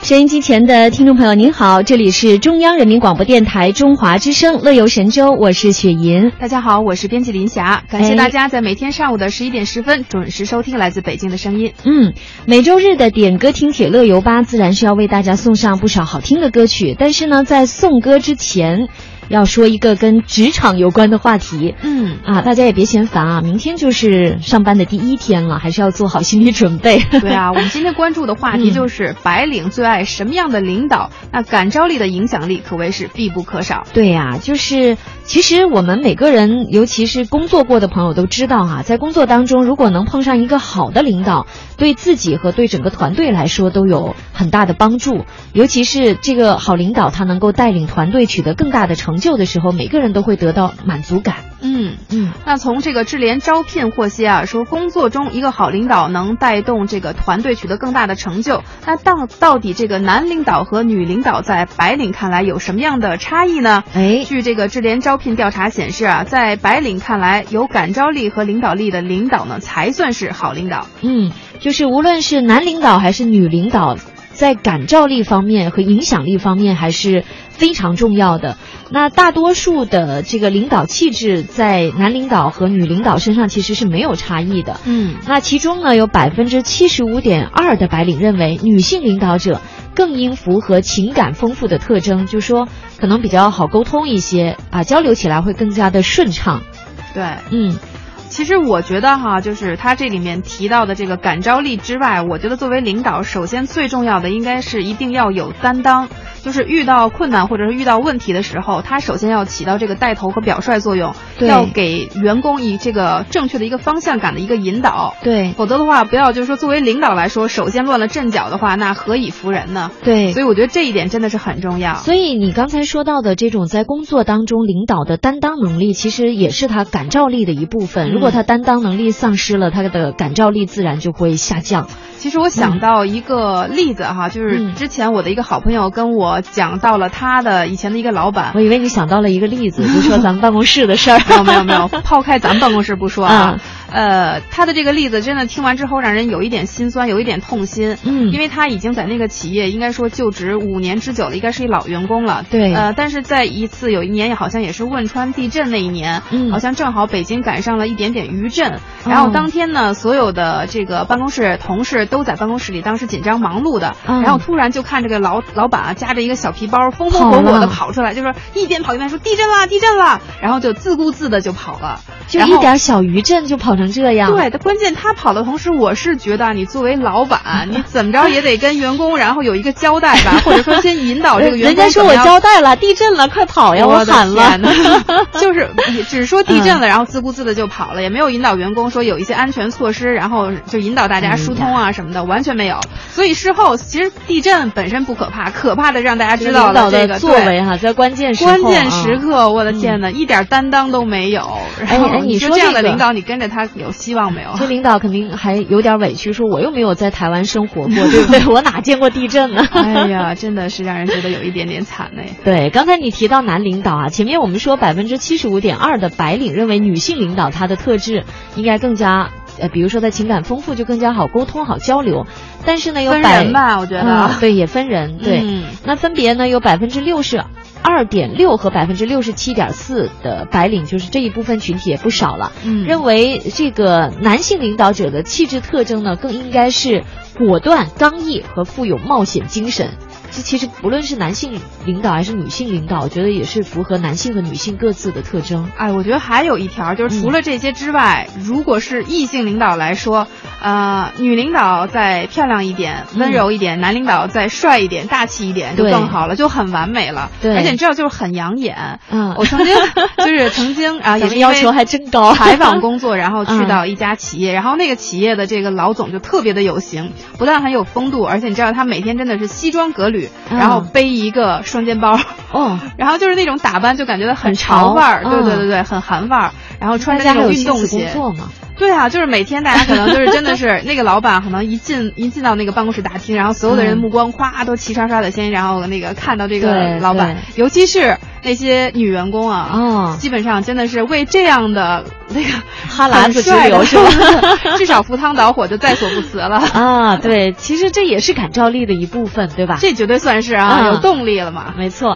收音机前的听众朋友，您好，这里是中央人民广播电台中华之声《乐游神州》，我是雪莹。大家好，我是编辑林霞，感谢大家在每天上午的十一点十分准时收听来自北京的声音。嗯，每周日的点歌听铁乐游吧，自然是要为大家送上不少好听的歌曲。但是呢，在送歌之前，要说一个跟职场有关的话题。嗯，啊，大家也别嫌烦啊，明天就是上班的第一天了，还是要做好心理准备。 对啊，我们今天关注的话题就是白领最爱什么样的领导？那感召力的影响力可谓是必不可少。对呀、就是其实我们每个人，尤其是工作过的朋友都知道哈、在工作当中，如果能碰上一个好的领导，对自己和对整个团队来说都有很大的帮助。尤其是这个好领导，他能够带领团队取得更大的成就的时候，每个人都会得到满足感。嗯。嗯，那从这个智联招聘获悉啊，说工作中一个好领导能带动这个团队取得更大的成就。那到到底这个男领导和女领导在白领看来有什么样的差异呢？哎，据这个智联招聘调查显示啊，在白领看来，有感召力和领导力的领导呢，才算是好领导。嗯，就是无论是男领导还是女领导，在感召力方面和影响力方面还是非常重要的。那大多数的这个领导气质在男领导和女领导身上其实是没有差异的。嗯那其中呢，有百分之七十五点二的白领认为女性领导者更应符合情感丰富的特征，就说可能比较好沟通一些啊，交流起来会更加的顺畅。对，嗯其实我觉得哈，就是他这里面提到的这个感召力之外，我觉得作为领导，首先最重要的应该是一定要有担当。就是遇到困难或者是遇到问题的时候，他首先要起到这个带头和表率作用，对要给员工以这个正确的一个方向感的一个引导。对否则的话，不要就是说作为领导来说，首先乱了阵脚的话，那何以服人呢？对所以我觉得这一点真的是很重要。所以你刚才说到的这种在工作当中领导的担当能力，其实也是他感召力的一部分。如果他担当能力丧失了，他的感召力自然就会下降。其实我想到一个例子哈，就是嗯之前我的一个好朋友跟我讲到了他的以前的一个老板我，以为你想到了一个例子，就说咱们办公室的事儿。没 有没有没有，抛开咱们办公室不说啊啊，呃，他的这个例子真的听完之后让人有一点心酸，有一点痛心。嗯因为他已经在那个企业应该说就职五年之久了，应该是一老员工了。对呃，但是在一次有一年好像也是汶川地震那一年，嗯好像正好北京赶上了一点点余震，然后哦当天呢，所有的这个办公室同事都在办公室里，当时紧张忙碌的，嗯然后突然就看这个老老板啊夹着一个小皮包，风风火火跑的了跑出来，就是一边跑一边说地震了，地震了，然后就自顾自的就跑了，就然一后点小余震就跑成这样。对，关键他跑的同时，我是觉得你作为老板，你怎么着也得跟员工，然后有一个交代吧，或者说先引导这个员工。人家说我交代了，地震了，快跑呀！我的喊了嗯天。 呐就是也只是说地震了，然后自顾自的就跑了，也没有引导员工说有一些安全措施，然后就引导大嗯家疏通啊什么的，完全没有。所以事后其实地震本身不可怕，可怕的让大家知道领导了这的个作对为哈、在关键时刻、啊，嗯关键时刻，我的天呐，一点担当都没有。然后哎你就说这样这的个领导，你跟着他有希望没有？这啊领导肯定还有点委屈，说我又没有在台湾生活过，对不 对？我哪见过地震呢？哎呀，真的是让人觉得有一点点惨 哎。对，刚才你提到男领导啊，前面我们说百分之七十五点二的白领认为女性领导她的特质应该更加，呃，比如说她情感丰富，就更加好沟通、好交流。但是呢，有分百人吧，我觉得嗯。对，也分人，对。嗯那分别呢有百分之六十二点六和百分之六十七点四的白领，就是这一部分群体也不少了。嗯认为这个男性领导者的气质特征呢，更应该是果断、刚毅和富有冒险精神。这其实不论是男性领导还是女性领导，我觉得也是符合男性和女性各自的特征。哎，我觉得还有一条，就是嗯除了这些之外，如果是异性领导来说，呃，女领导再漂亮一点、嗯温柔一点，男领导再帅一点、大气一点就对更好了，就很完美了。对而且你知道，就是很养眼。嗯 我曾经就是曾经啊，也咱们是因要为求还真高， 采访工作，然后去嗯到一家企业，然后那个企业的这个老总就特别的有型，不但很有风度，而且你知道他每天真的是西装革履，嗯然后背一个双肩包，哦， 然后就是那种打扮就感觉到很很潮范儿，嗯对对对对，很韩范儿，然后穿大着家那还有种运心动思工鞋，作嘛？对啊，就是每天大家可能就是真 的是那个老板，可能一进一进到那个办公室大厅，然后所有的人嗯目光咵都齐刷刷的先，然后那个看到这个对老板，尤其是那些女员工啊，哦，基本上真的是为这样的那个 哈喇子直流很是帅吧的？ 至少赴汤蹈火就在所不辞 了。啊，对，其实这也是感召力的一部分，对吧？这绝对算是啊，嗯有动力了嘛。没错。